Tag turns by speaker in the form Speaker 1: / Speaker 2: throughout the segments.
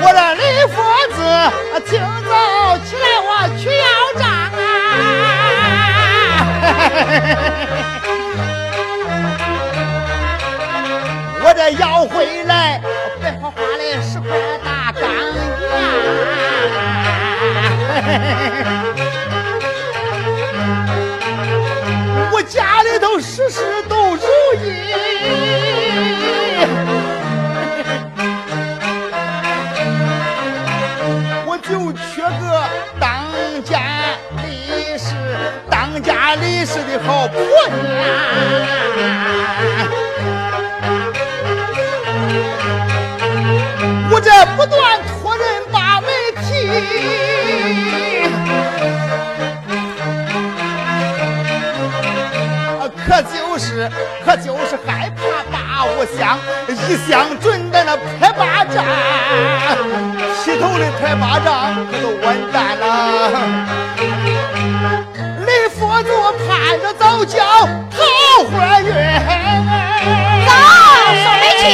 Speaker 1: 我的李夫子，今早起来我去要账啊！我这要回来，白花花的十块大钢牙。我家里头事事都如意，我就缺个当家理事，当家理事的好婆娘。我这不断托人把媒提，啊可就是可就是害怕把我想一想准的那拍巴掌，劈头的拍巴掌可都完蛋了。雷佛祖盼着早教桃花运，
Speaker 2: 走送媒体。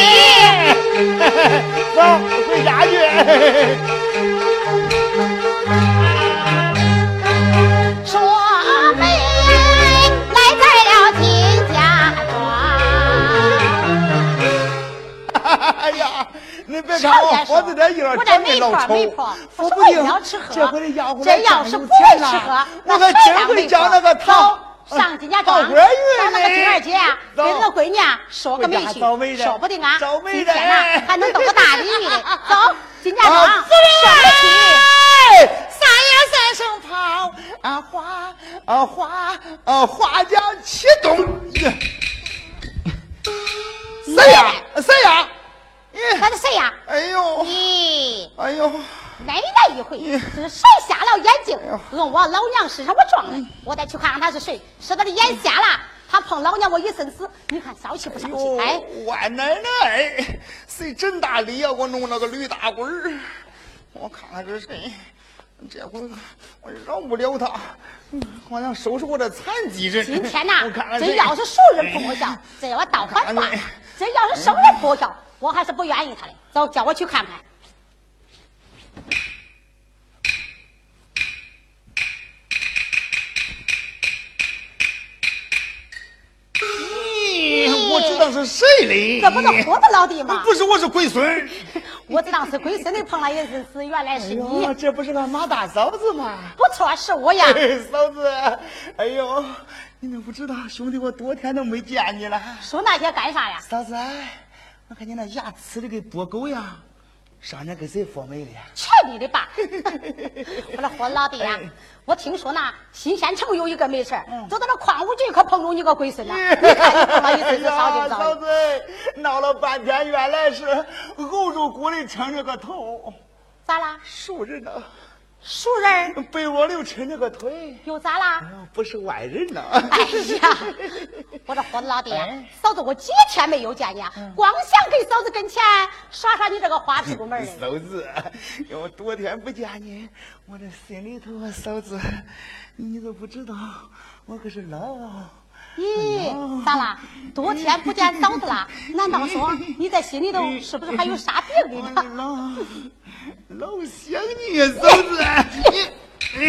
Speaker 1: 走，回家去。
Speaker 2: 说媒来在了金家庄，
Speaker 1: 哎呀，你别看我
Speaker 2: 少爷说
Speaker 1: 活着这样，
Speaker 2: 我这
Speaker 1: 长得老
Speaker 2: 没
Speaker 1: 丑
Speaker 2: 破没破，
Speaker 1: 说不
Speaker 2: 我
Speaker 1: 定
Speaker 2: 说我要吃喝
Speaker 1: 这回的吆喝
Speaker 2: 这要是不会吃喝，
Speaker 1: 我
Speaker 2: 那
Speaker 1: 可
Speaker 2: 谁
Speaker 1: 真
Speaker 2: 当
Speaker 1: 会
Speaker 2: 媒
Speaker 1: 讲那个呃
Speaker 2: 婆
Speaker 1: 桃
Speaker 2: 走上金家
Speaker 1: 桃
Speaker 2: 庄，
Speaker 1: 花运
Speaker 2: 找那个金二姐啊，
Speaker 1: 走
Speaker 2: 跟那闺女啊说个媒
Speaker 1: 回
Speaker 2: 去，
Speaker 1: 家找媒人
Speaker 2: 说不定啊，
Speaker 1: 找媒
Speaker 2: 今天呐
Speaker 1: 人
Speaker 2: 还能登个大礼呢。走，金家庄，
Speaker 1: 啊
Speaker 2: 送媒去。
Speaker 1: 哎，三言三声跑啊花啊花啊花轿启 动。谁呀？谁呀？
Speaker 2: 那是谁呀？
Speaker 1: 哎呦，
Speaker 2: 咦，
Speaker 1: 哎呦，
Speaker 2: 奶奶一回，
Speaker 1: 哎
Speaker 2: 这是谁瞎了眼睛？问我老娘身上我撞了，我得去看看他是谁，是他的眼瞎了。他碰老娘我一身死，你看骚气不
Speaker 1: 哎
Speaker 2: 骚气？
Speaker 1: 呦
Speaker 2: 哎，，
Speaker 1: 我奶奶，谁真大力呀、给我弄了个驴打滚儿，我看看这谁，这回我饶不了他，嗯我想收拾我这残疾人。
Speaker 2: 哎今天呐
Speaker 1: 我看看，
Speaker 2: 真
Speaker 1: 谁
Speaker 2: 要是熟人不我笑，这要倒还话
Speaker 1: 看看这；
Speaker 2: 真要是生人不我笑，我还是不愿意他的。走，叫我去看看。
Speaker 1: 咦哎我知道是谁嘞。
Speaker 2: 这不是活的老弟吗？
Speaker 1: 不哎是，我是龟孙。
Speaker 2: 我知道是龟孙的碰了一身死，原来是你。
Speaker 1: 哎
Speaker 2: 啊
Speaker 1: 这不是俺马大嫂子吗？
Speaker 2: 不错，是我呀。
Speaker 1: 哎嫂子，哎呦，你都不知道，兄弟，我多天都没见你了。
Speaker 2: 说那些干啥呀？
Speaker 1: 嫂子，我看你那牙呲的跟跛狗样，上年给谁发霉了呀？
Speaker 2: 全你的吧！ 我说混老弟呀、
Speaker 1: 哎
Speaker 2: 我听说那新县城有一个媒事儿，
Speaker 1: 嗯
Speaker 2: 走到那矿务局可碰着你个龟 孙了。你看你碰了一
Speaker 1: 哎
Speaker 2: 身子
Speaker 1: 呀
Speaker 2: 烧就
Speaker 1: 嫂
Speaker 2: 糟。
Speaker 1: 子，闹了半天，原来是欧肉锅里撑着个头，
Speaker 2: 咋啦？
Speaker 1: 熟人呢；
Speaker 2: 熟人儿
Speaker 1: 被窝里抻着个腿，
Speaker 2: 又 咋啦？
Speaker 1: 不是外人呢。
Speaker 2: 哎呀，我说混老弟呀、
Speaker 1: 哎嗯
Speaker 2: 嫂子我几天没有见你、啊，光想给嫂子跟前耍耍你这个花屁股门儿啊了。
Speaker 1: 嫂子，要多天不见你，我这心里头啊，嫂子，你都不知道，我可是老。啊嗯哎
Speaker 2: 咦，咋啦？多天不见嫂子啦？难道说你在心里头是不是还有啥病
Speaker 1: 我
Speaker 2: 呢？
Speaker 1: 的老老想你呀，嫂子。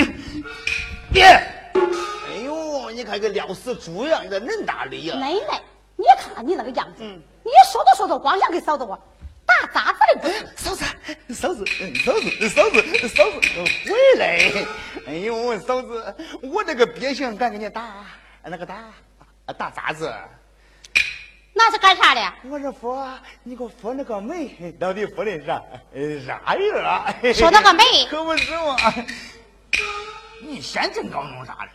Speaker 1: 别！哎呦，你看个撩死猪样，这恁大力呀！
Speaker 2: 奶奶，你看看你那个样
Speaker 1: 嗯
Speaker 2: 子，你说着说着光想给嫂子我打咋子的不是？
Speaker 1: 嫂子，嫂子，嫂子，嫂子，嫂子，回来！哎呦，嫂子，我这个憋性敢给你打，那个打，打咋子？
Speaker 2: 那是干啥的？
Speaker 1: 我这佛，啊你给我佛那个媒，到底佛的啥啥样啊？
Speaker 2: 说那个媒
Speaker 1: 可不是嘛？你先正搞弄啥嘞？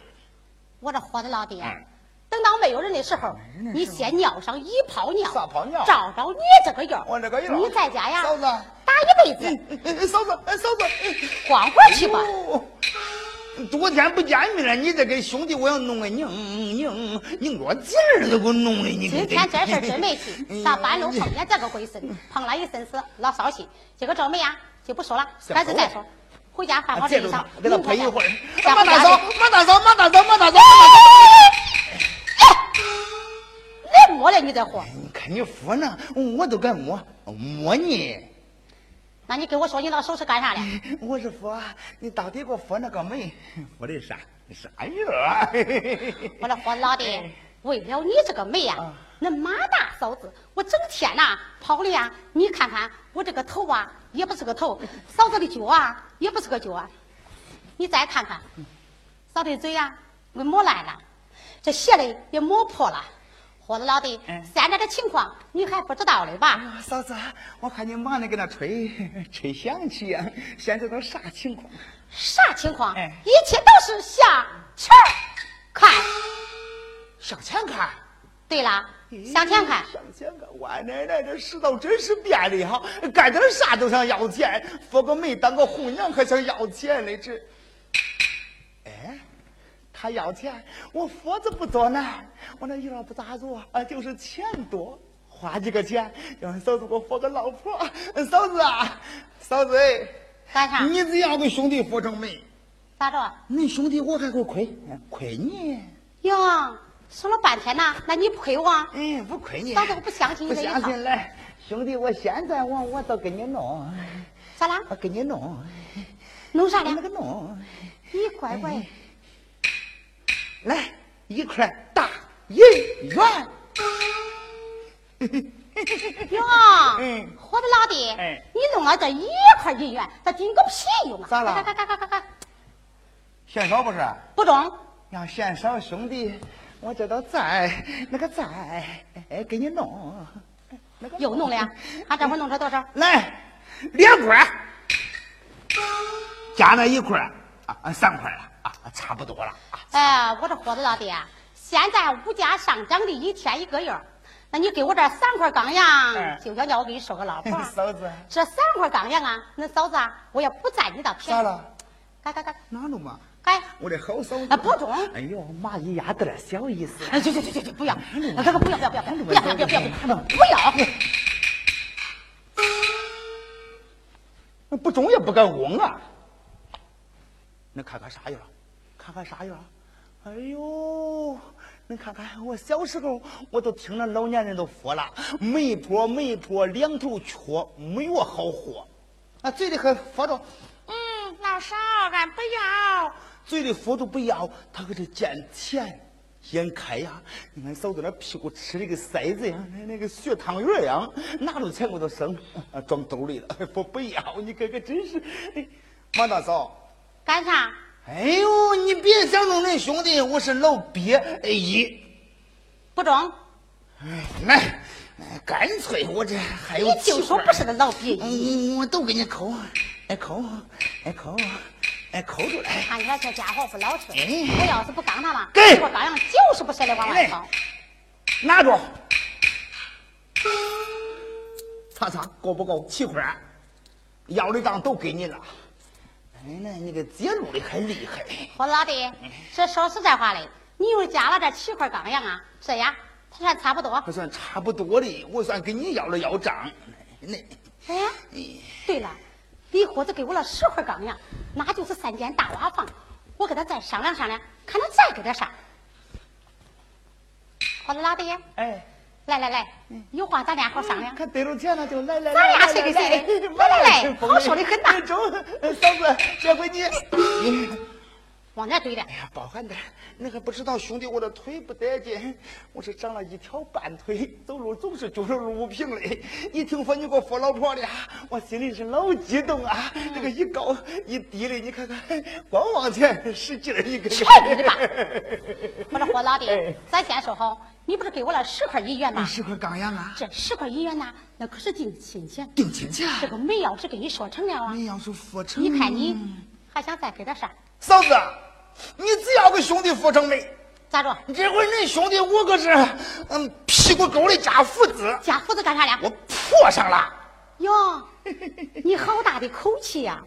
Speaker 2: 我这活的老爹
Speaker 1: 嗯，
Speaker 2: 等到没有人的时候，你先尿上一泡尿，
Speaker 1: 撒泡尿啊
Speaker 2: 照着你这个样儿，
Speaker 1: 我这个样儿
Speaker 2: 你在家呀，
Speaker 1: 嫂子
Speaker 2: 打一辈子，
Speaker 1: 哎嫂子，哎嫂子，哎
Speaker 2: 光棍去吧。
Speaker 1: 呦多天不见面了，你这跟兄弟我要弄个拧拧拧着劲儿都给我弄的，你
Speaker 2: 今天这事儿真没
Speaker 1: 嗯
Speaker 2: 戏，上半路碰见这个龟孙，碰了一身死，老骚气。这个赵梅呀，就不说了，改次再说。回家饭好
Speaker 1: 借
Speaker 2: 吃
Speaker 1: 啊着他
Speaker 2: 一上，，
Speaker 1: 给他陪一会儿。
Speaker 2: 再
Speaker 1: 马
Speaker 2: 回
Speaker 1: 大
Speaker 2: 家
Speaker 1: 嫂
Speaker 2: 去。，
Speaker 1: 马大嫂，马大嫂，马大嫂，马大嫂。
Speaker 2: 哎这货。
Speaker 1: 哎你看你服呢，我都敢摸摸你。
Speaker 2: 那你跟我说你那手是干啥的？
Speaker 1: 我是佛，你到底给我佛那个 没？佛的啥啥呀？嘿嘿嘿嘿
Speaker 2: 我说我老的，为了你这个媒呀、
Speaker 1: 哎啊
Speaker 2: 那马大嫂子，我整天呐、跑的呀、你看看我这个头啊，也不是 个头；嫂子的脚啊，也不是个脚啊。你再看看，嫂子的嘴啊，给磨烂了，这鞋嘞也磨破了。我说老弟，
Speaker 1: 嗯
Speaker 2: 现在这情况你还不知道嘞吧？
Speaker 1: 啊嫂子，我看你忙的跟那吹吹响器呀、现在都啥情况？
Speaker 2: 啥情况？
Speaker 1: 哎
Speaker 2: 一切都是下钱儿看。
Speaker 1: 向前看。
Speaker 2: 对了，向前看。
Speaker 1: 向前看！我奶奶这世道真是变了哈，干点啥都想要钱，做个媒当个红娘还想要钱嘞，这，哎，他要钱，我佛子不多呢，我那一老不咋做啊，就是钱多，花几个钱，让嫂子给我佛个老婆，嫂子啊，嫂子哎，
Speaker 2: 干啥？
Speaker 1: 你只要给兄弟佛成媒，
Speaker 2: 咋着？
Speaker 1: 你兄弟我还会亏，亏你。
Speaker 2: 哟，说了半天呐，那你不亏我？
Speaker 1: 哎，不亏你，
Speaker 2: 嫂子我不相信你
Speaker 1: 不
Speaker 2: 这一
Speaker 1: 相
Speaker 2: 套
Speaker 1: 信来，兄弟，我现在我我都给你弄，
Speaker 2: 咋啦？
Speaker 1: 我给你弄，
Speaker 2: 弄啥
Speaker 1: 我那
Speaker 2: 了？
Speaker 1: 个弄，
Speaker 2: 你乖乖，
Speaker 1: 来一块大银元，
Speaker 2: 哟，
Speaker 1: 嗯
Speaker 2: 活的老弟
Speaker 1: 哎，
Speaker 2: 你弄了这一块银元，它顶个屁用啊！
Speaker 1: 咋了
Speaker 2: 嘎嘎嘎嘎嘎嘎
Speaker 1: 嫌少不是？
Speaker 2: 不中，
Speaker 1: 要嫌少，兄弟，我这都在那个在，哎，给你弄，那个
Speaker 2: 又弄了呀。
Speaker 1: 嗯
Speaker 2: 啊俺这会儿弄出多少？
Speaker 1: 来两块，加那一块啊啊三块了啊，差不多了啊。
Speaker 2: 哎，我这活的老弟啊，现在物价上涨的一天一个样儿那你给我这三块钢
Speaker 1: 哎。
Speaker 2: 洋，就想叫我给你收个老婆
Speaker 1: 嫂子，
Speaker 2: 这三块钢洋啊，那嫂子啊，我也不占你的便宜。
Speaker 1: 咋？了？
Speaker 2: 改改改
Speaker 1: 哪弄嘛？
Speaker 2: 改！
Speaker 1: 我这好嫂子
Speaker 2: 啊不中
Speaker 1: 哎呦，蚂蚁压得小意思。
Speaker 2: 哎，去去去去去，不要！啊这个不要不要不要不要不要不要不要不要！不要
Speaker 1: 不中也不敢嗡啊。恁看看啥样儿？看看啥样儿？哎呦，恁看看我小时候，我都听那老年人都说了，媒婆媒婆两头缺，没有好货。啊，嘴里还说着，嗯，老少
Speaker 2: 啊
Speaker 1: 俺不要。嘴里说着不要，他可是见钱。眼开呀！你看嫂子那屁股吃的跟塞子一样，那那个血汤圆一样，拿着钱我都生，啊，装兜里了。不不要，你哥哥真是，哎马大嫂，
Speaker 2: 干啥？
Speaker 1: 哎呦，你别想弄恁兄弟，我是老鳖哎一。
Speaker 2: 不中，
Speaker 1: 哎，来，哎干脆我这还有
Speaker 2: 你就
Speaker 1: 哎气
Speaker 2: 说
Speaker 1: 味儿
Speaker 2: 不是个老鳖
Speaker 1: 我
Speaker 2: 一。
Speaker 1: 我我都给你抠，哎抠，哎抠，哎抠出来。
Speaker 2: 看你说这家伙不老实，
Speaker 1: 哎
Speaker 2: 我要是不刚他嘛，
Speaker 1: 给
Speaker 2: 这个刚洋就是不舍得往外
Speaker 1: 哎
Speaker 2: 掏。
Speaker 1: 拿住，擦擦，够不够？七块儿，要的账都给你了。哎，那你个揭露的还厉害。
Speaker 2: 我老弟，
Speaker 1: 哎
Speaker 2: 这说实在话嘞，你又加了这七块钢洋啊，这呀，他算差不多。
Speaker 1: 还算差不多的，我算跟你要了要账。那
Speaker 2: 哎，对了，李虎子给我了十块钢洋，那就是三间大瓦房，我跟他再商量商量，看他再给点啥。我说老弟，
Speaker 1: 哎，
Speaker 2: 来来来，有话咱俩好商量。
Speaker 1: 看逮着钱了就来来，
Speaker 2: 咱俩
Speaker 1: 来
Speaker 2: 谁给
Speaker 1: 来
Speaker 2: 谁
Speaker 1: 来
Speaker 2: 来来来
Speaker 1: 真疯
Speaker 2: 好说得很呐
Speaker 1: 哎中，哎嫂子，这回你，你
Speaker 2: 往那堆点
Speaker 1: 哎，呀，包含点儿。那个不知道兄弟，我的腿不得劲，我是长了一条半腿，走路总是觉着路不平嘞。一听说你给我扶老婆俩，我心里是老激动啊！这个一高一低的，你看看，光往前使劲儿，你看
Speaker 2: 去你的吧
Speaker 1: 看。！
Speaker 2: 我说火老弟
Speaker 1: 哎，
Speaker 2: 咱先说好，你不是给我了十块银元吗？
Speaker 1: 是块钢洋啊，
Speaker 2: 这十块银元呐，那可是定亲钱。
Speaker 1: 定亲家。
Speaker 2: 这个媒要是跟你说成了啊，
Speaker 1: 你要是扶成，
Speaker 2: 你看你还想再给点啥？
Speaker 1: 嫂子，你只要给兄弟扶成没？
Speaker 2: 咋着？
Speaker 1: 这回恁兄弟我可是，嗯，屁股沟里加胡子，
Speaker 2: 夹胡子干啥了？
Speaker 1: 我破上了。
Speaker 2: 哟，你好大的口气呀、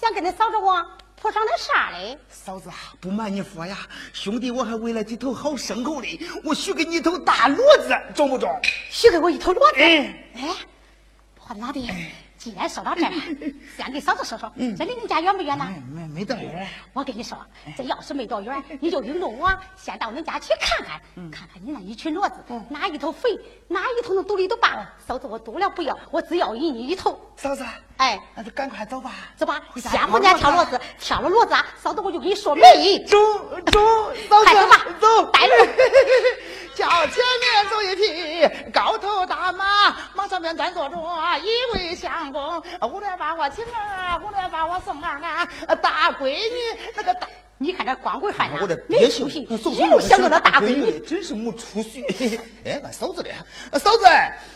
Speaker 2: 想跟那嫂子我破上那啥嘞？
Speaker 1: 嫂子，不瞒你说呀，兄弟，我还为了几头好牲口哩，我许给你一头大骡子，中不中？
Speaker 2: 许给我一头骡子。
Speaker 1: 哎
Speaker 2: 哎，我老弟，今既然说到这儿了，先给嫂子说说，这离你家远不远呢？
Speaker 1: 没哎没没到人儿，
Speaker 2: 我跟你说，这要是没多远，你就领着我先到恁家去看看，看看你那一群骡子，哪一头肥，哪一头能独立都罢了。嫂子，我多了不要，我只要一你一头。
Speaker 1: 嫂子，
Speaker 2: 哎，
Speaker 1: 那就赶快走吧。
Speaker 2: 走吧，
Speaker 1: 回家
Speaker 2: 先回家
Speaker 1: 挑
Speaker 2: 挑骡
Speaker 1: 骡
Speaker 2: 子
Speaker 1: 子，
Speaker 2: 挑了骡子啊，嫂子我就给你说
Speaker 1: 哎
Speaker 2: 媒。
Speaker 1: 中中，走
Speaker 2: 快走吧
Speaker 1: 走走，
Speaker 2: 带路。
Speaker 1: 叫前面走一匹高头大马，马上边端坐着一位相公，无来把我请啊，无来把我送啊啊，大闺女那个大。
Speaker 2: 你看这光棍犯
Speaker 1: 哎我的
Speaker 2: 呀，啊没
Speaker 1: 憋
Speaker 2: 出
Speaker 1: 性
Speaker 2: 息，，
Speaker 1: 送
Speaker 2: 一
Speaker 1: 送
Speaker 2: 路
Speaker 1: 我
Speaker 2: 想着那大闺
Speaker 1: 闺
Speaker 2: 女。
Speaker 1: 女，真是没出息。哎，俺嫂子嘞，俺嫂子，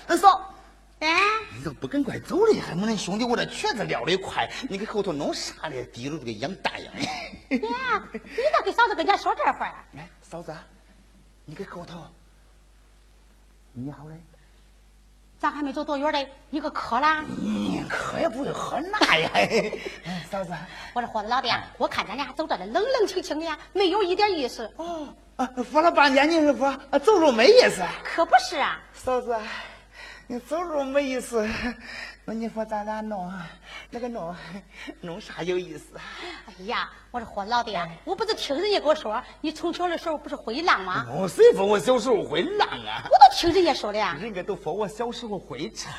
Speaker 1: 俺嫂，
Speaker 2: 哎，
Speaker 1: 你都不赶快走嘞，还没恁兄弟我这瘸子撂的快，你给后头弄啥嘞？提溜着个羊大样。
Speaker 2: 呀，你倒给嫂子跟家说这话儿。
Speaker 1: 哎，嫂子，你给后头，你好嘞。
Speaker 2: 咱还没走多远嘞，你个渴啦！
Speaker 1: 你喝也不会喝那呀，哎嫂子。
Speaker 2: 我说伙子老弟
Speaker 1: 哎
Speaker 2: 呀，我看咱俩走着的冷冷清清的呀，没有一点意思。
Speaker 1: 哦，啊，扶了半天，你是扶，啊走路没意思。
Speaker 2: 可不是啊，
Speaker 1: 嫂子，你走路没意思，那你说咱俩弄啊那个弄弄啥有意思啊？
Speaker 2: 哎呀，我说伙子老弟
Speaker 1: 哎
Speaker 2: 呀，我不是听人家跟我说，你从小的时候不是会浪吗？
Speaker 1: 我谁说我小时候会浪啊
Speaker 2: 我？都听人家说的呀。
Speaker 1: 人家都说我小时候会唱，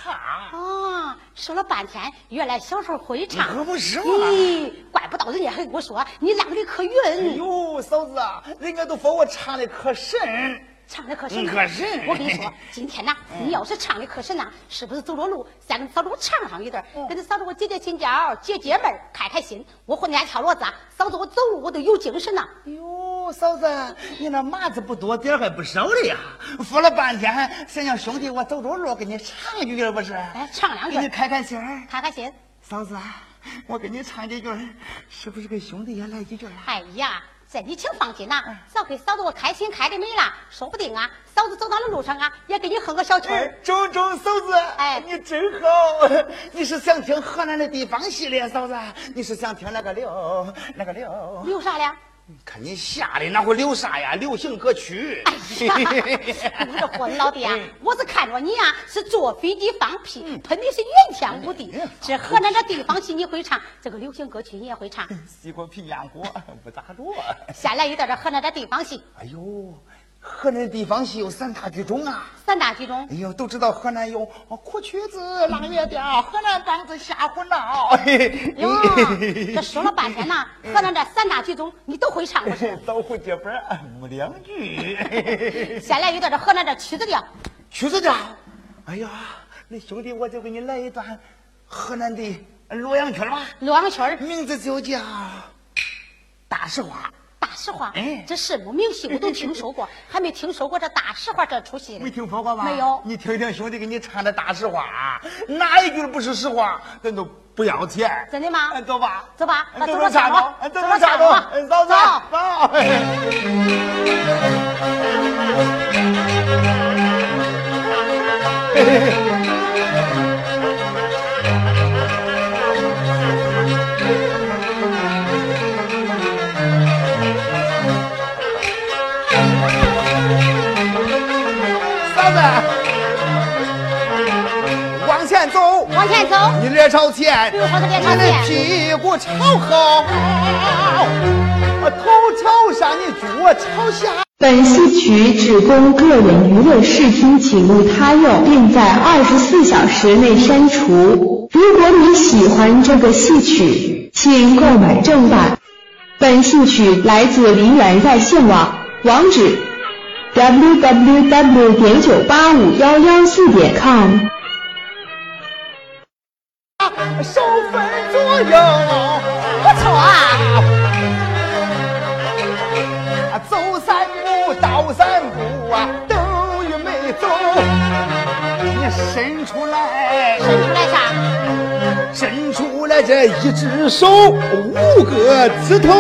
Speaker 2: 哦，说了半天，原来小时候会唱，
Speaker 1: 可不是嘛
Speaker 2: 咦，怪不到人家还跟我说你浪的可
Speaker 1: 哎
Speaker 2: 匀，
Speaker 1: 呦，嫂子啊，人家都说我唱的可深。
Speaker 2: 唱的可深。
Speaker 1: 嗯可是嗯
Speaker 2: 我跟你 说，今天呐，你要是唱的可深呐，是不是走着路，再跟嫂子我唱上一段，
Speaker 1: 嗯
Speaker 2: 跟着嫂子我解解心焦，解解闷儿，开开心。我回家挑骡子，啊，嫂子我走路我都有精神呐。
Speaker 1: 哎呦，嫂子，你那麻子不多，点儿还不少的呀！说了半天，谁让兄弟我走着路给你唱一句儿不是？
Speaker 2: 哎，唱两
Speaker 1: 给你
Speaker 2: 句，
Speaker 1: 开开心儿。
Speaker 2: 开开心。
Speaker 1: 嫂子，我给你唱几句儿，是不是给兄弟也来几句儿啊？
Speaker 2: 哎呀，这你请放心呐、
Speaker 1: 嗯
Speaker 2: 早给嫂子我开心开的没了，说不定啊，嫂子走到了路上啊，也给你哼个小曲
Speaker 1: 哎
Speaker 2: 儿。，
Speaker 1: 中中嫂子，
Speaker 2: 哎
Speaker 1: 你真好！你是想听河南的地方戏嘞，嫂子？你是想听那个溜那个溜？
Speaker 2: 留啥了？
Speaker 1: 看你吓的，那会溜啥呀？流行歌曲。
Speaker 2: 哎呀， 我这混老弟啊，
Speaker 1: 嗯
Speaker 2: 我是看着你啊，是坐飞机放屁，喷的是云天雾
Speaker 1: 哎
Speaker 2: 地。这河南的地方戏你会唱，这个流行歌曲你也会唱。
Speaker 1: 西瓜皮烟火不咋着。
Speaker 2: 先来一段这河南的地方戏，
Speaker 1: 哎呦，河南地方戏有三大剧种啊！
Speaker 2: 三大剧种
Speaker 1: 哎。呦，都知道河南有哦哭曲子、拉月调、河南梆子、吓唬闹。嘿嘿
Speaker 2: 哟，哎这说了半天呐，
Speaker 1: 嗯
Speaker 2: 河南这三大剧种你都会唱不是？
Speaker 1: 老蝴蝶本没两句。
Speaker 2: 先来一段这河南这曲子啊调，
Speaker 1: 曲子长，哎呀，那兄弟，我就给你来一段河南的洛阳曲儿吧，
Speaker 2: 洛阳曲儿。
Speaker 1: 名字就叫《大实话》。
Speaker 2: 大实话，
Speaker 1: 哎
Speaker 2: 这是我明戏我都听说过，还没听说过这大实话这出戏呢
Speaker 1: 没。听说过吧？
Speaker 2: 没有
Speaker 1: 你听听兄弟给你唱的大实话，哪一句不是实话？咱都不要钱。
Speaker 2: 真的吗
Speaker 1: 哎走吧，
Speaker 2: 走吧那
Speaker 1: 走
Speaker 2: 走着
Speaker 1: 着
Speaker 2: 瞧吧
Speaker 1: 哎走
Speaker 2: 走
Speaker 1: 着
Speaker 2: 着瞧
Speaker 1: 瞧
Speaker 2: 吧
Speaker 1: 吧，哎走走哎
Speaker 2: 走
Speaker 1: 走。嫂子，往前走，
Speaker 2: 往前走，
Speaker 1: 你脸朝前，
Speaker 2: 对我朝这脸朝
Speaker 1: 你的
Speaker 2: 前
Speaker 1: 屁股朝后，啊头朝上，你脚朝下。
Speaker 3: 本戏曲只供个人娱乐视听，请勿他用，并在二十四小时内删除。如果你喜欢这个戏曲，请购买正版。本戏曲来自梨园在线网，网址：www. 点九八五幺幺四点 com。
Speaker 1: 手分左右，
Speaker 2: 不错啊。
Speaker 1: 啊走三步，倒三步啊，等于没走。你伸出来，
Speaker 2: 伸出来啥？
Speaker 1: 伸出来这一只手，五个指头。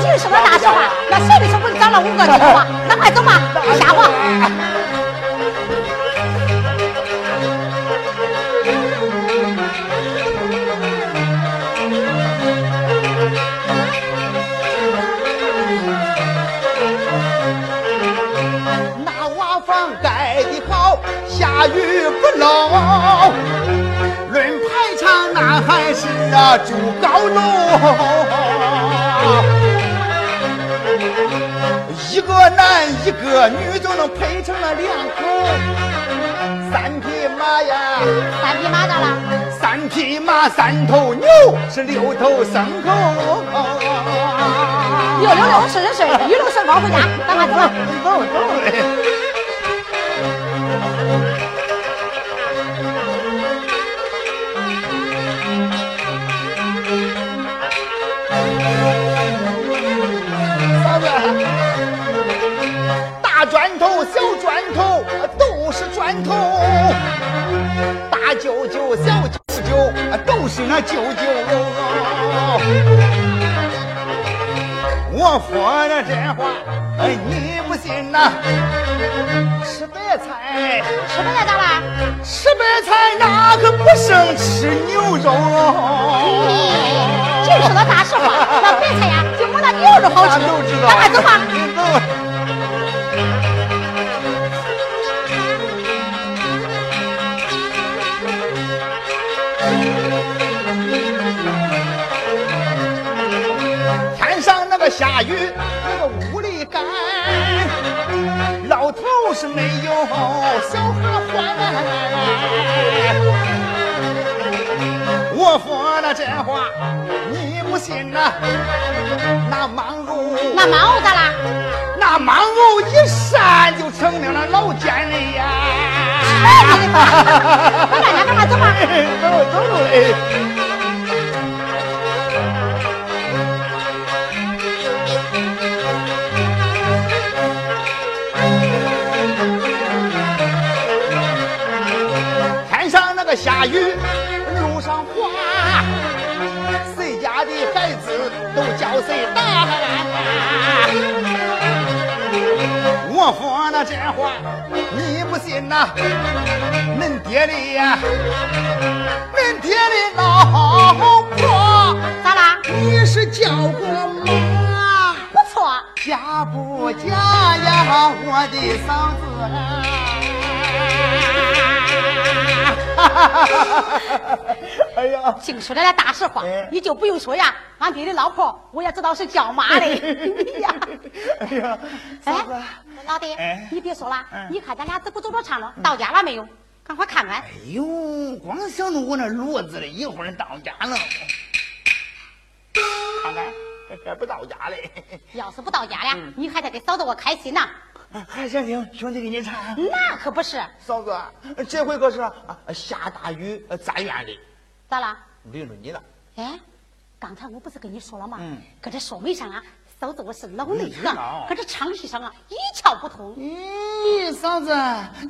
Speaker 2: 净说那大实话，那谁的手不是长了五个指头啊？咱快走吧，别瞎晃。
Speaker 1: 那瓦房盖的好，下大雨不漏。论排场，那还是啊住高楼。一个男一个女就能配成了两口，三匹马呀，
Speaker 2: 三匹哎马咋了？
Speaker 1: 三匹马三头牛是六头牲口。
Speaker 2: 六六六，是是是，一路顺 风回家，咱俩走。
Speaker 1: 走走嘞。嫂子，大砖头、小砖头都是砖头，大舅舅、小舅舅都是那舅舅。我说的真话，哎，你不信呐？吃白菜，
Speaker 2: 吃不来咋办？
Speaker 1: 吃白菜那可不胜吃牛肉。
Speaker 2: 这说到大实话，那白菜呀就没那牛肉好
Speaker 1: 大
Speaker 2: 吃。
Speaker 1: 家都知道。
Speaker 2: 咱俩哎走吧。
Speaker 1: 走。天上那个下雨，那个屋里干，老头是没有小孩欢。我说那真话，你不信呐、那忙碌，
Speaker 2: 那猫咋了？
Speaker 1: 那忙碌一扇就成了那老奸人呀！
Speaker 2: 我俩俩咱俩走吧。
Speaker 1: 走走嘞！ 天上那个下雨，路上滑，谁家的孩子都叫谁大。我说那真话，你不信呐、恁爹的呀，恁爹的老婆，
Speaker 2: 哦咋啦？
Speaker 1: 你是叫过妈，
Speaker 2: 不错，
Speaker 1: 嫁不嫁呀，我的嫂子啊！ 哎呀，
Speaker 2: 净说这俩大实话
Speaker 1: 嗯，
Speaker 2: 你就不用说呀。俺爹的老婆，我也知道是叫妈 的。哎呀，
Speaker 1: 哎呀，嫂
Speaker 2: 哎
Speaker 1: 子，，
Speaker 2: 老爹
Speaker 1: 哎，
Speaker 2: 你别说了
Speaker 1: 嗯，
Speaker 2: 你看咱俩走不走着唱了？到家了没有？赶快看看
Speaker 1: 哎。呦，光想着我那骡子了，一会儿到家了，看看还不到家嘞。
Speaker 2: 要是不到家
Speaker 1: 嗯
Speaker 2: 了，你还得给嫂子我开心呐。
Speaker 1: 还想听哎兄弟给你唱？
Speaker 2: 那可不是，
Speaker 1: 嫂子，这回可是啊下大雨呃在院里，
Speaker 2: 咋了？
Speaker 1: 淋着你了。
Speaker 2: 哎，刚才我不是跟你说了吗？
Speaker 1: 嗯
Speaker 2: 搁这说媒上啊，嫂子我是老累
Speaker 1: 知道
Speaker 2: 了，搁这唱戏上啊一窍不通。
Speaker 1: 咦，嫂子，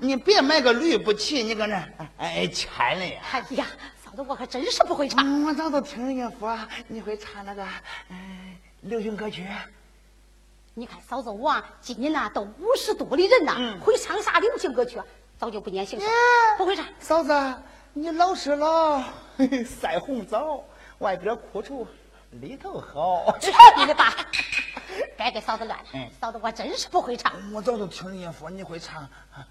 Speaker 1: 你别买个驴不骑，你搁那儿哎牵了呀。
Speaker 2: 哎呀，嫂子我可真是不会唱。
Speaker 1: 嗯我早都听人家说你会唱那个嗯流行歌曲，
Speaker 2: 你看嫂子我啊，今年呐都五十多的人呐，
Speaker 1: 嗯
Speaker 2: 会唱啥流行歌曲啊？早就不年轻了，不会唱。
Speaker 1: 嫂子，你老实了， 嘿嘿赛红枣，外边苦楚，里头好。
Speaker 2: 去哎你的 吧！别给嫂子乱了，
Speaker 1: 嗯
Speaker 2: 嫂子我真是不会唱。
Speaker 1: 我早就听人家说你会唱，啊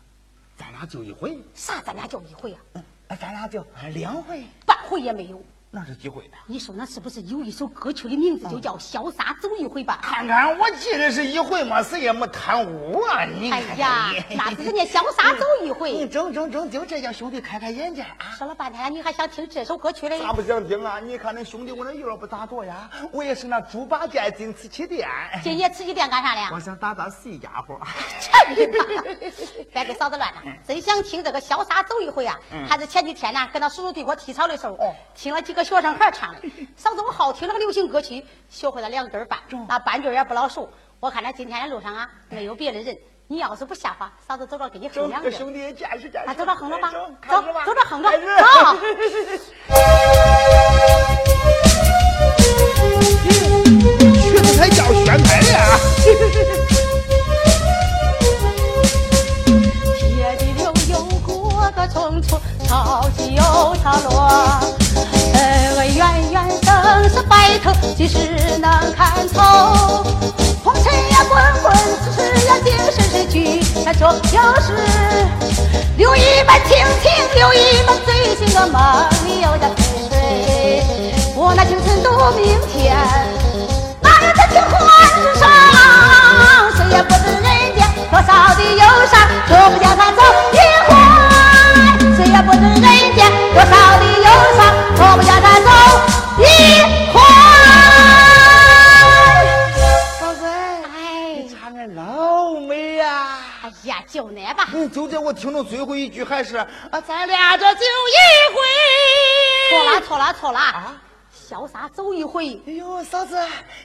Speaker 1: 咱俩就一回，
Speaker 2: 啥咱俩就一回啊，
Speaker 1: 嗯咱俩就两回，
Speaker 2: 半回也没有。
Speaker 1: 那是几回呢？
Speaker 2: 你说那是不是有一首歌曲的名字就叫《潇洒走一回》吧？
Speaker 1: 看看，我记得是一回嘛，谁也没贪污啊！你
Speaker 2: 哎
Speaker 1: 看看
Speaker 2: 呀
Speaker 1: 你，嗯
Speaker 2: 那是人家潇洒走 一
Speaker 1: 你
Speaker 2: 回。
Speaker 1: 整整整整，这叫兄弟开开眼界啊！
Speaker 2: 说了半天，你还想听这首歌曲嘞？
Speaker 1: 咋不想听啊？你看那兄弟我那样不咋多呀，我也是那猪八戒进瓷器店，
Speaker 2: 今夜吃鸡店干啥嘞？
Speaker 1: 我想打打细家伙。
Speaker 2: 去你妈！ 别给嫂子乱了。真想听这个《潇洒走一回》啊，还是前几天呢，跟那叔叔对我吐槽的时候
Speaker 1: 哦，
Speaker 2: 听了几个学生孩儿唱的。嫂子，我好听那个流行歌曲，学会了两根儿半，那半句儿也不老熟。我看那今天的路上啊，没有别的人，你要是不下话，嫂子走着给你哼
Speaker 1: 整
Speaker 2: 两
Speaker 1: 这
Speaker 2: 句儿。
Speaker 1: 兄弟也见识见识。哎
Speaker 2: 啊，走着哼着吧，
Speaker 1: 整
Speaker 2: 走
Speaker 1: 开始吧，哎
Speaker 2: 走着哼着，
Speaker 1: 开始
Speaker 2: 走。
Speaker 1: 这个才叫宣派的啊！
Speaker 2: 铁的柳有过个匆匆，草鸡有草落。恩恩怨怨生死白头，几时能看透？红尘呀滚滚，世事呀定是谁举呀就有时。留一门清情，留一门醉心的梦里有着春水。我那青春都明天，男人的情欢之上，谁也不知人间多少的忧伤，说不将它走一回，谁也不知人间多少的忧伤，说不将它走一回。
Speaker 1: 嫂子，
Speaker 2: 哎
Speaker 1: 你唱的老美呀、
Speaker 2: 哎呀，就那吧，
Speaker 1: 嗯，就这我听着最后一句还是啊，咱俩这就一回。
Speaker 2: 错了错了错了，
Speaker 1: 啊
Speaker 2: 潇洒走一回。
Speaker 1: 哎呦，嫂子，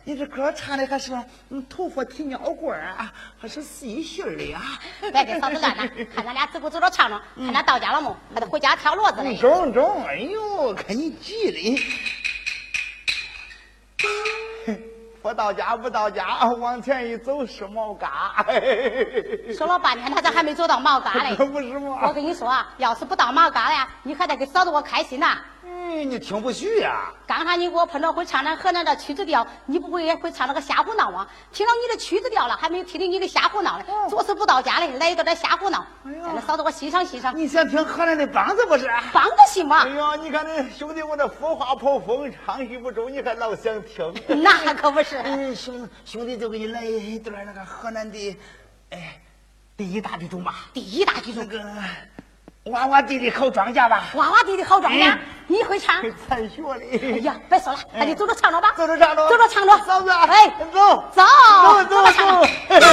Speaker 1: 你这歌唱的还是嗯头发提尿棍儿啊，还是细心儿的啊。
Speaker 2: 别给嫂子干了，看咱俩自顾自的唱唱，看咱到家了没？还得回家挑骡子嘞。
Speaker 1: 中中，哎呦，看你急的。 不到家，不到家，往前一走是毛嘎。
Speaker 2: 说了半天，他咋还没走到毛嘎嘞
Speaker 1: 可？ 不是嘛
Speaker 2: 我跟你说啊，要是不到毛嘎呀，你还得给嫂子我开心呐、
Speaker 1: 哎，你听不去呀、
Speaker 2: 刚才你给我喷着会唱那河南的曲子调，你不会也会唱那个瞎胡闹啊？听到你的曲子调了，还没有听到你的瞎胡闹嘞
Speaker 1: 哦？
Speaker 2: 做事不到家嘞，来一段这瞎胡闹，
Speaker 1: 哎呀
Speaker 2: 咱俩嫂子我欣赏欣赏，
Speaker 1: 你想听河南的梆子不是？
Speaker 2: 帮着行吗
Speaker 1: 哎？呀，你看那兄弟，我这浮华抛风，唱戏不中，你还老想听。
Speaker 2: 那可不是，
Speaker 1: 嗯，兄兄弟就给你来一段那个河南的，哎，第一大地主吧，
Speaker 2: 第一大剧
Speaker 1: 那
Speaker 2: 种，
Speaker 1: 个娃娃地里好庄稼吧，
Speaker 2: 娃娃地的好庄稼
Speaker 1: 嗯，
Speaker 2: 你会唱？
Speaker 1: 才学的。
Speaker 2: 哎呀，别说了，那就走着唱着吧。
Speaker 1: 走着唱着，
Speaker 2: 走着唱着
Speaker 1: 嫂子，
Speaker 2: 哎
Speaker 1: 走，
Speaker 2: 走
Speaker 1: 走走
Speaker 2: 走着唱着
Speaker 1: 走。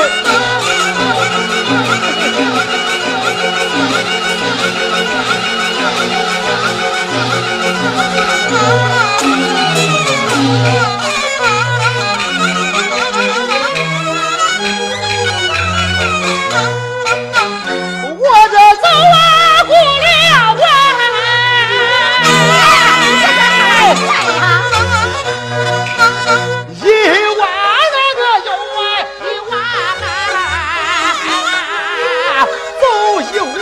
Speaker 2: 我这走啊，过了弯，
Speaker 1: 一万那个有哎，
Speaker 2: 一弯，
Speaker 1: 走一万呀，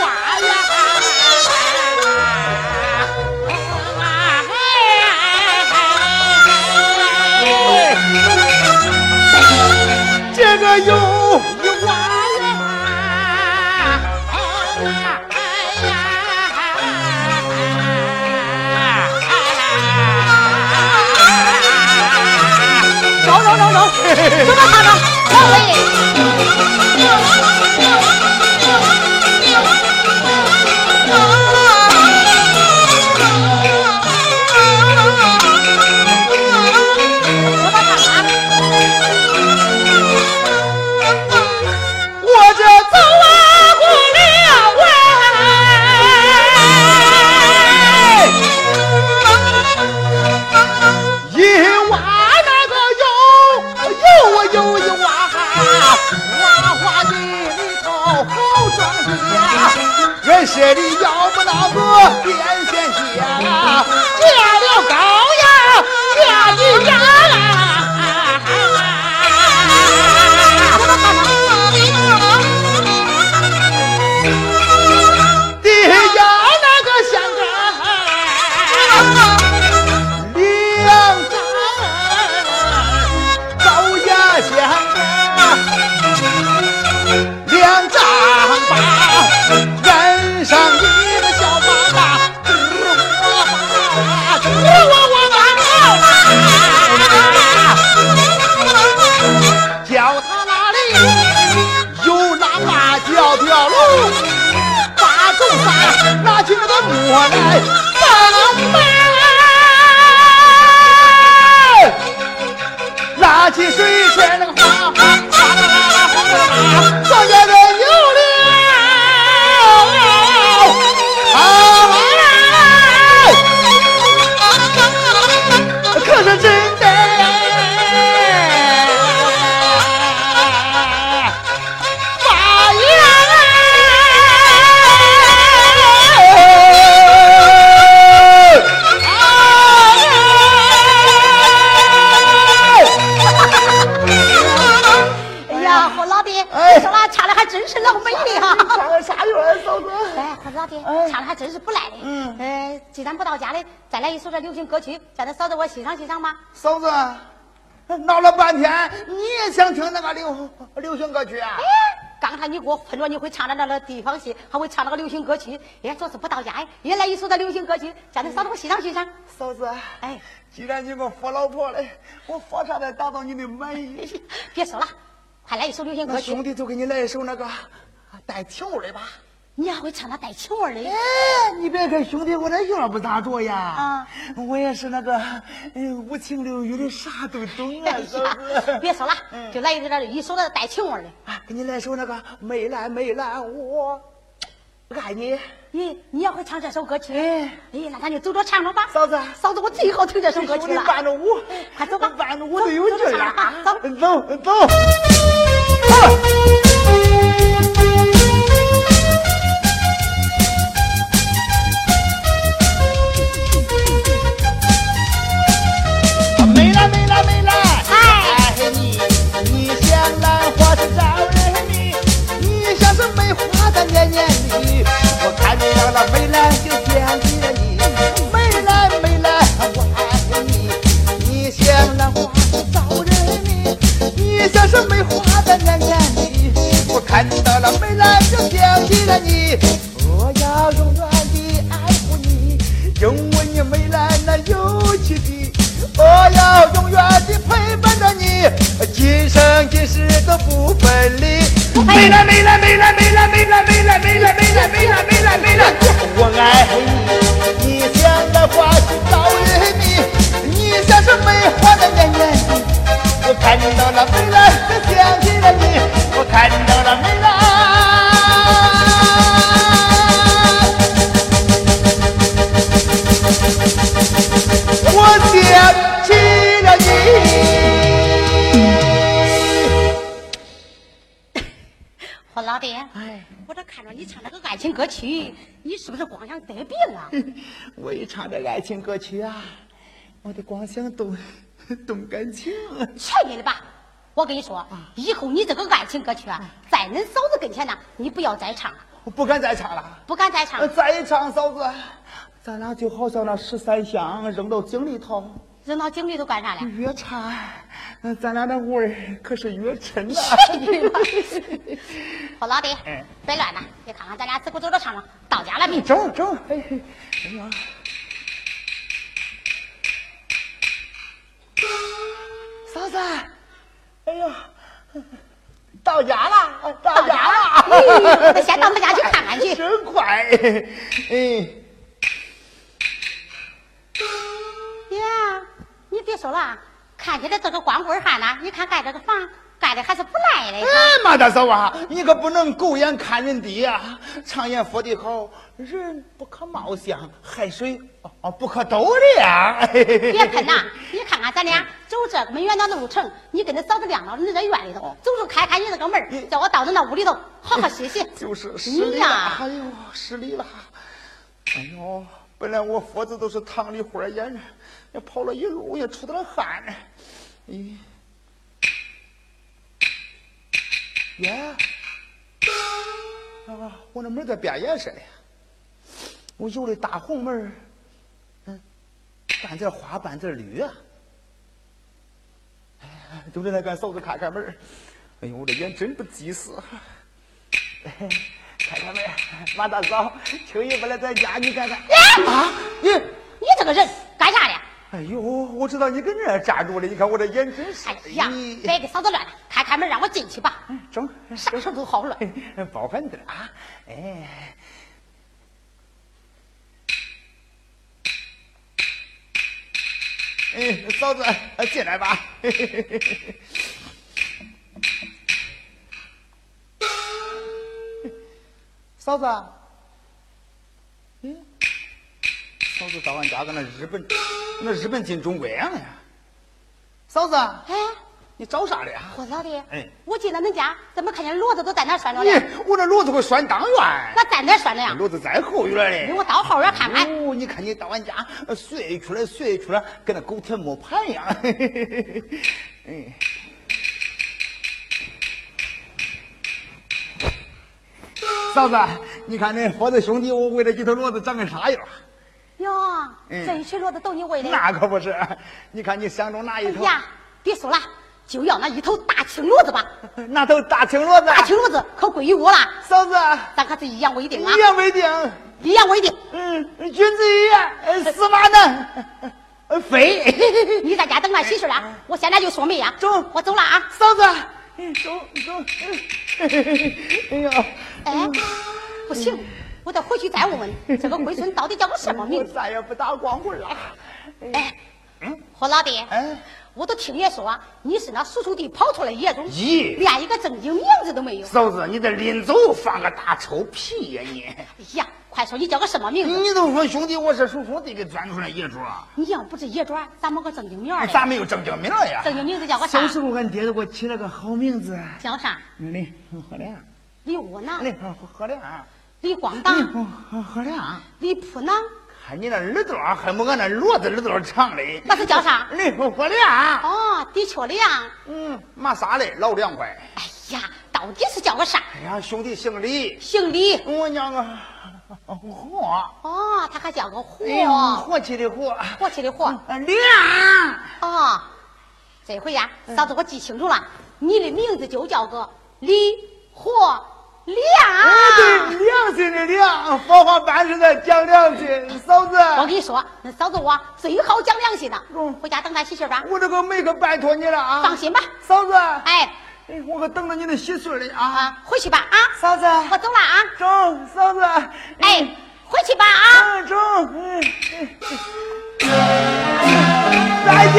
Speaker 1: 这个有一万呀，
Speaker 2: 走走走走，走着看着，走嘞。走着看看。
Speaker 1: 我这走啊，
Speaker 2: 过了弯，
Speaker 1: 一万那个有有有一万，花花的里头好庄稼，人谁的要不那个电线线，架了高呀，架的呀。地呀那个香干，两丈高呀香干，两丈八，染上一个小马达，吱哇哇，吱哇哇哇，叫他哪里有那辣椒条路。八中八，拿起那个磨来放慢，拿起水圈
Speaker 2: 哎
Speaker 1: 那个哗哗哗啦啦啦哗啦啦，上家的有了，好来，可是真的。发芽！
Speaker 2: 哎呀，我老弟，
Speaker 1: 哎
Speaker 2: 你说那唱的还真是老美的哈。
Speaker 1: 上啥院，嫂子？
Speaker 2: 哎，我老弟
Speaker 1: 哎
Speaker 2: 唱的还真是不赖的。
Speaker 1: 嗯
Speaker 2: 呃，既然不到家嘞，再来一首这流行歌曲，叫咱嫂子我欣赏欣赏吧。
Speaker 1: 嫂子，闹了半天，你也想听那个流流行歌曲啊？
Speaker 2: 哎，刚才你给我喷着你会唱的那个地方戏，还会唱那个流行歌曲，哎，这是不到家哎，也来一首那流行歌曲，叫你嫂子给我欣赏欣赏。
Speaker 1: 嫂子，
Speaker 2: 哎，
Speaker 1: 既然你给我佛老婆了，我佛唱得达到你的满意。
Speaker 2: 哎别说了，快来一首流行歌
Speaker 1: 那
Speaker 2: 曲
Speaker 1: 兄。弟就给你来一首那个带情味的吧。
Speaker 2: 你还会唱那带情味儿的？
Speaker 1: 哎，你别看兄弟我那样不咋着呀，
Speaker 2: 啊
Speaker 1: 我也是那个嗯五情六欲的啥都懂啊，嫂子。
Speaker 2: 哎别说了，
Speaker 1: 嗯
Speaker 2: 就来一个那一首那带情味儿的。
Speaker 1: 啊，给你来首那个梅兰梅兰，我爱你。
Speaker 2: 咦，你要会唱这首歌曲？
Speaker 1: 哎
Speaker 2: 哎，那咱就走着唱着吧。
Speaker 1: 嫂子哎
Speaker 2: 嫂子，我最好听这首歌曲
Speaker 1: 兄弟
Speaker 2: 了。哎
Speaker 1: 伴着舞，
Speaker 2: 快走吧
Speaker 1: 伴着舞都有劲儿啊！
Speaker 2: 走走
Speaker 1: 走走走没了没了没了，哎你你像兰花是招人迷，你像是梅花它年年绿。我看你上了梅兰就想起了你，梅兰梅兰我爱你，你像兰花是招人迷，你像是梅花它年年绿。我看你到了梅兰就想起了你，我要永远的爱护你。因为你没来那有趣的，我要永远的陪伴着你，今生今世都不分离。没来没来没来没来没来没来没来没来没来没来没来，我爱你，你像那花是招人迷，你像是梅花的艳艳的。我看到了梅兰，就想起了你，我看到了梅兰。我想起了你。
Speaker 2: 我老爹，
Speaker 1: 哎，
Speaker 2: 我这看着你唱那个爱情歌曲，你是不是光想得病啊？
Speaker 1: 嗯我一唱这爱情歌曲啊，我得光想 动动感情。
Speaker 2: 去你的吧！我跟你说，
Speaker 1: 嗯
Speaker 2: 以后你这个爱情歌曲啊，在恁嫂子跟前呢，你不要再唱了，
Speaker 1: 我不敢再唱了，
Speaker 2: 不敢再唱
Speaker 1: 呃
Speaker 2: 了，
Speaker 1: 再一唱，嫂子，咱俩就好像那十三香扔到井里头，
Speaker 2: 扔到井里头干啥来？
Speaker 1: 越唱，呃咱俩的味儿可是越沉呐、
Speaker 2: 我老爹
Speaker 1: 哎，
Speaker 2: 别乱了，你看看咱俩自个走着唱唱，到家了 没？
Speaker 1: 整整，哎，哎呀，嫂子，哎呦，到家了，啊到
Speaker 2: 到
Speaker 1: 家
Speaker 2: 家
Speaker 1: 了，
Speaker 2: 了，那先到他家去看看去。
Speaker 1: 真快，哎，
Speaker 2: 呀，你别说了，看起来这个光棍汉呐，你看盖这个房盖的还是不赖的。
Speaker 1: 哎妈大嫂啊，你可不能狗眼看人低呀、常言说得好，人不可貌相，海水啊不可斗量。
Speaker 2: 别喷呐！你看看咱
Speaker 1: 嗯
Speaker 2: 俩走这个没远的路程，你跟那嫂子亮到你这院里头，总是开开你这个门儿，叫我到你那屋里头好好歇歇。
Speaker 1: 嗯 就是失
Speaker 2: 你
Speaker 1: 礼了，
Speaker 2: 呀
Speaker 1: 哎，呦，失礼了，哎呦，本来我脖子都是淌的花眼，也跑了一路，也出的了汗。哎咦，呀，啊，我那门在变颜色了，我有的大红门儿，嗯，半截花半截绿啊。哎呀，就这来干嫂子开开门儿，哎呦，我这眼真不啊急死。 看看没，马大嫂，秋姨不来咱家，你看看。啊，你，
Speaker 2: 你这个人干啥的？
Speaker 1: 哎呦，我知道你跟这儿站住了，你看我这眼真是。
Speaker 2: 哎呀，别给嫂子乱了，开开门让我进去吧，
Speaker 1: 整，
Speaker 2: 啥事儿都好了。
Speaker 1: 哎 包含点啊，哎。哎，嫂子，进来吧。 嫂子，嗯，嫂子到俺家跟那日本，那日本进中国呀、嫂子，
Speaker 2: 哎，
Speaker 1: 你找啥来呀、
Speaker 2: 我老爹
Speaker 1: 哎，
Speaker 2: 我进了恁家，怎么看见骡子都在那儿拴着嘞？
Speaker 1: 你我那骡子会拴当院。
Speaker 2: 那在哪儿拴着呀？
Speaker 1: 骡子在后院
Speaker 2: 给
Speaker 1: 嘞。
Speaker 2: 我到后院啊看看。
Speaker 1: 哦，你看你到俺家呃睡出来睡出来，跟那狗舔磨盘一样。哎，嫂子，你看那伙子兄弟，我喂这几头骡子长成啥样？
Speaker 2: 哟，
Speaker 1: 嗯
Speaker 2: 这一群骡子都你喂的。
Speaker 1: 那可不是，你看你相中哪
Speaker 2: 哎
Speaker 1: 一头？
Speaker 2: 呀，别说了，就要那一头大青 骡子吧。
Speaker 1: 那头大青骡
Speaker 2: 大
Speaker 1: 子，
Speaker 2: 青骡哎子可归于我了，
Speaker 1: 嫂子，
Speaker 2: 咱可是一言为定啊
Speaker 1: 一！言为定。
Speaker 2: 一言为定，
Speaker 1: 嗯，君子一言，呃驷马难呃飞。
Speaker 2: 你在家等俺喜讯啊！我现在就说媒啊！
Speaker 1: 哎中
Speaker 2: 我走了啊！
Speaker 1: 嫂子，嗯走走。嗯哎呀，
Speaker 2: 哎，不行，我得回去再 问问这个龟孙到底叫个什么
Speaker 1: 我
Speaker 2: 名字。
Speaker 1: 再也不打光棍了。
Speaker 2: 哎，胡老弟，
Speaker 1: 哎
Speaker 2: 我都听人说啊你是那叔叔地跑出来野种，
Speaker 1: 咦
Speaker 2: 连一个正经名字都没有。
Speaker 1: 嫂子，你这临走放个大臭屁呀、你！
Speaker 2: 哎呀，快说你叫个什么名字？
Speaker 1: 你都说兄弟我是叔叔弟给钻出来一桌，
Speaker 2: 你要不是野种，咱没个正经名儿嘞。
Speaker 1: 哎咋没有正经名儿呀？
Speaker 2: 正经名字叫个啥
Speaker 1: 小？时候俺爹给我起了个好名字，
Speaker 2: 叫啥？
Speaker 1: 李何亮，
Speaker 2: 李武呢？
Speaker 1: 李何亮，
Speaker 2: 李光
Speaker 1: 李
Speaker 2: 当？
Speaker 1: 何何亮。
Speaker 2: 李普呢？
Speaker 1: 看你那耳朵啊，还没俺那骡子耳朵长嘞。
Speaker 2: 那是叫啥？
Speaker 1: 李何亮，
Speaker 2: 哦，的确的呀。
Speaker 1: 嗯，嘛啥嘞，老凉快。
Speaker 2: 哎呀，到底是叫个啥？
Speaker 1: 哎呀，兄弟姓李，
Speaker 2: 姓李。
Speaker 1: 我娘啊， 火，
Speaker 2: 哦，他还叫个
Speaker 1: 哎嗯呀，
Speaker 2: 火，
Speaker 1: 火气的火，
Speaker 2: 火气的火。
Speaker 1: 亮。
Speaker 2: 哦，这回呀，
Speaker 1: 嗯
Speaker 2: 嫂子我记清楚了，你的名字就叫个李火
Speaker 1: 哎，对，
Speaker 2: 亮。
Speaker 1: 良心的良，芳华办事的讲良心，嫂子，
Speaker 2: 我跟你说，那嫂子我最好讲良心了
Speaker 1: 嗯。
Speaker 2: 回家等咱喜讯吧，
Speaker 1: 我这个媒可拜托你了啊！
Speaker 2: 放心吧。
Speaker 1: 嫂子，哎，
Speaker 2: 哎，
Speaker 1: 我可等着你的喜讯嘞啊！
Speaker 2: 啊，回去吧啊，
Speaker 1: 嫂子，
Speaker 2: 我走了啊。
Speaker 1: 中，嫂子，
Speaker 2: 哎，回去吧啊。
Speaker 1: 嗯，中，嗯，再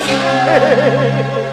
Speaker 1: 见。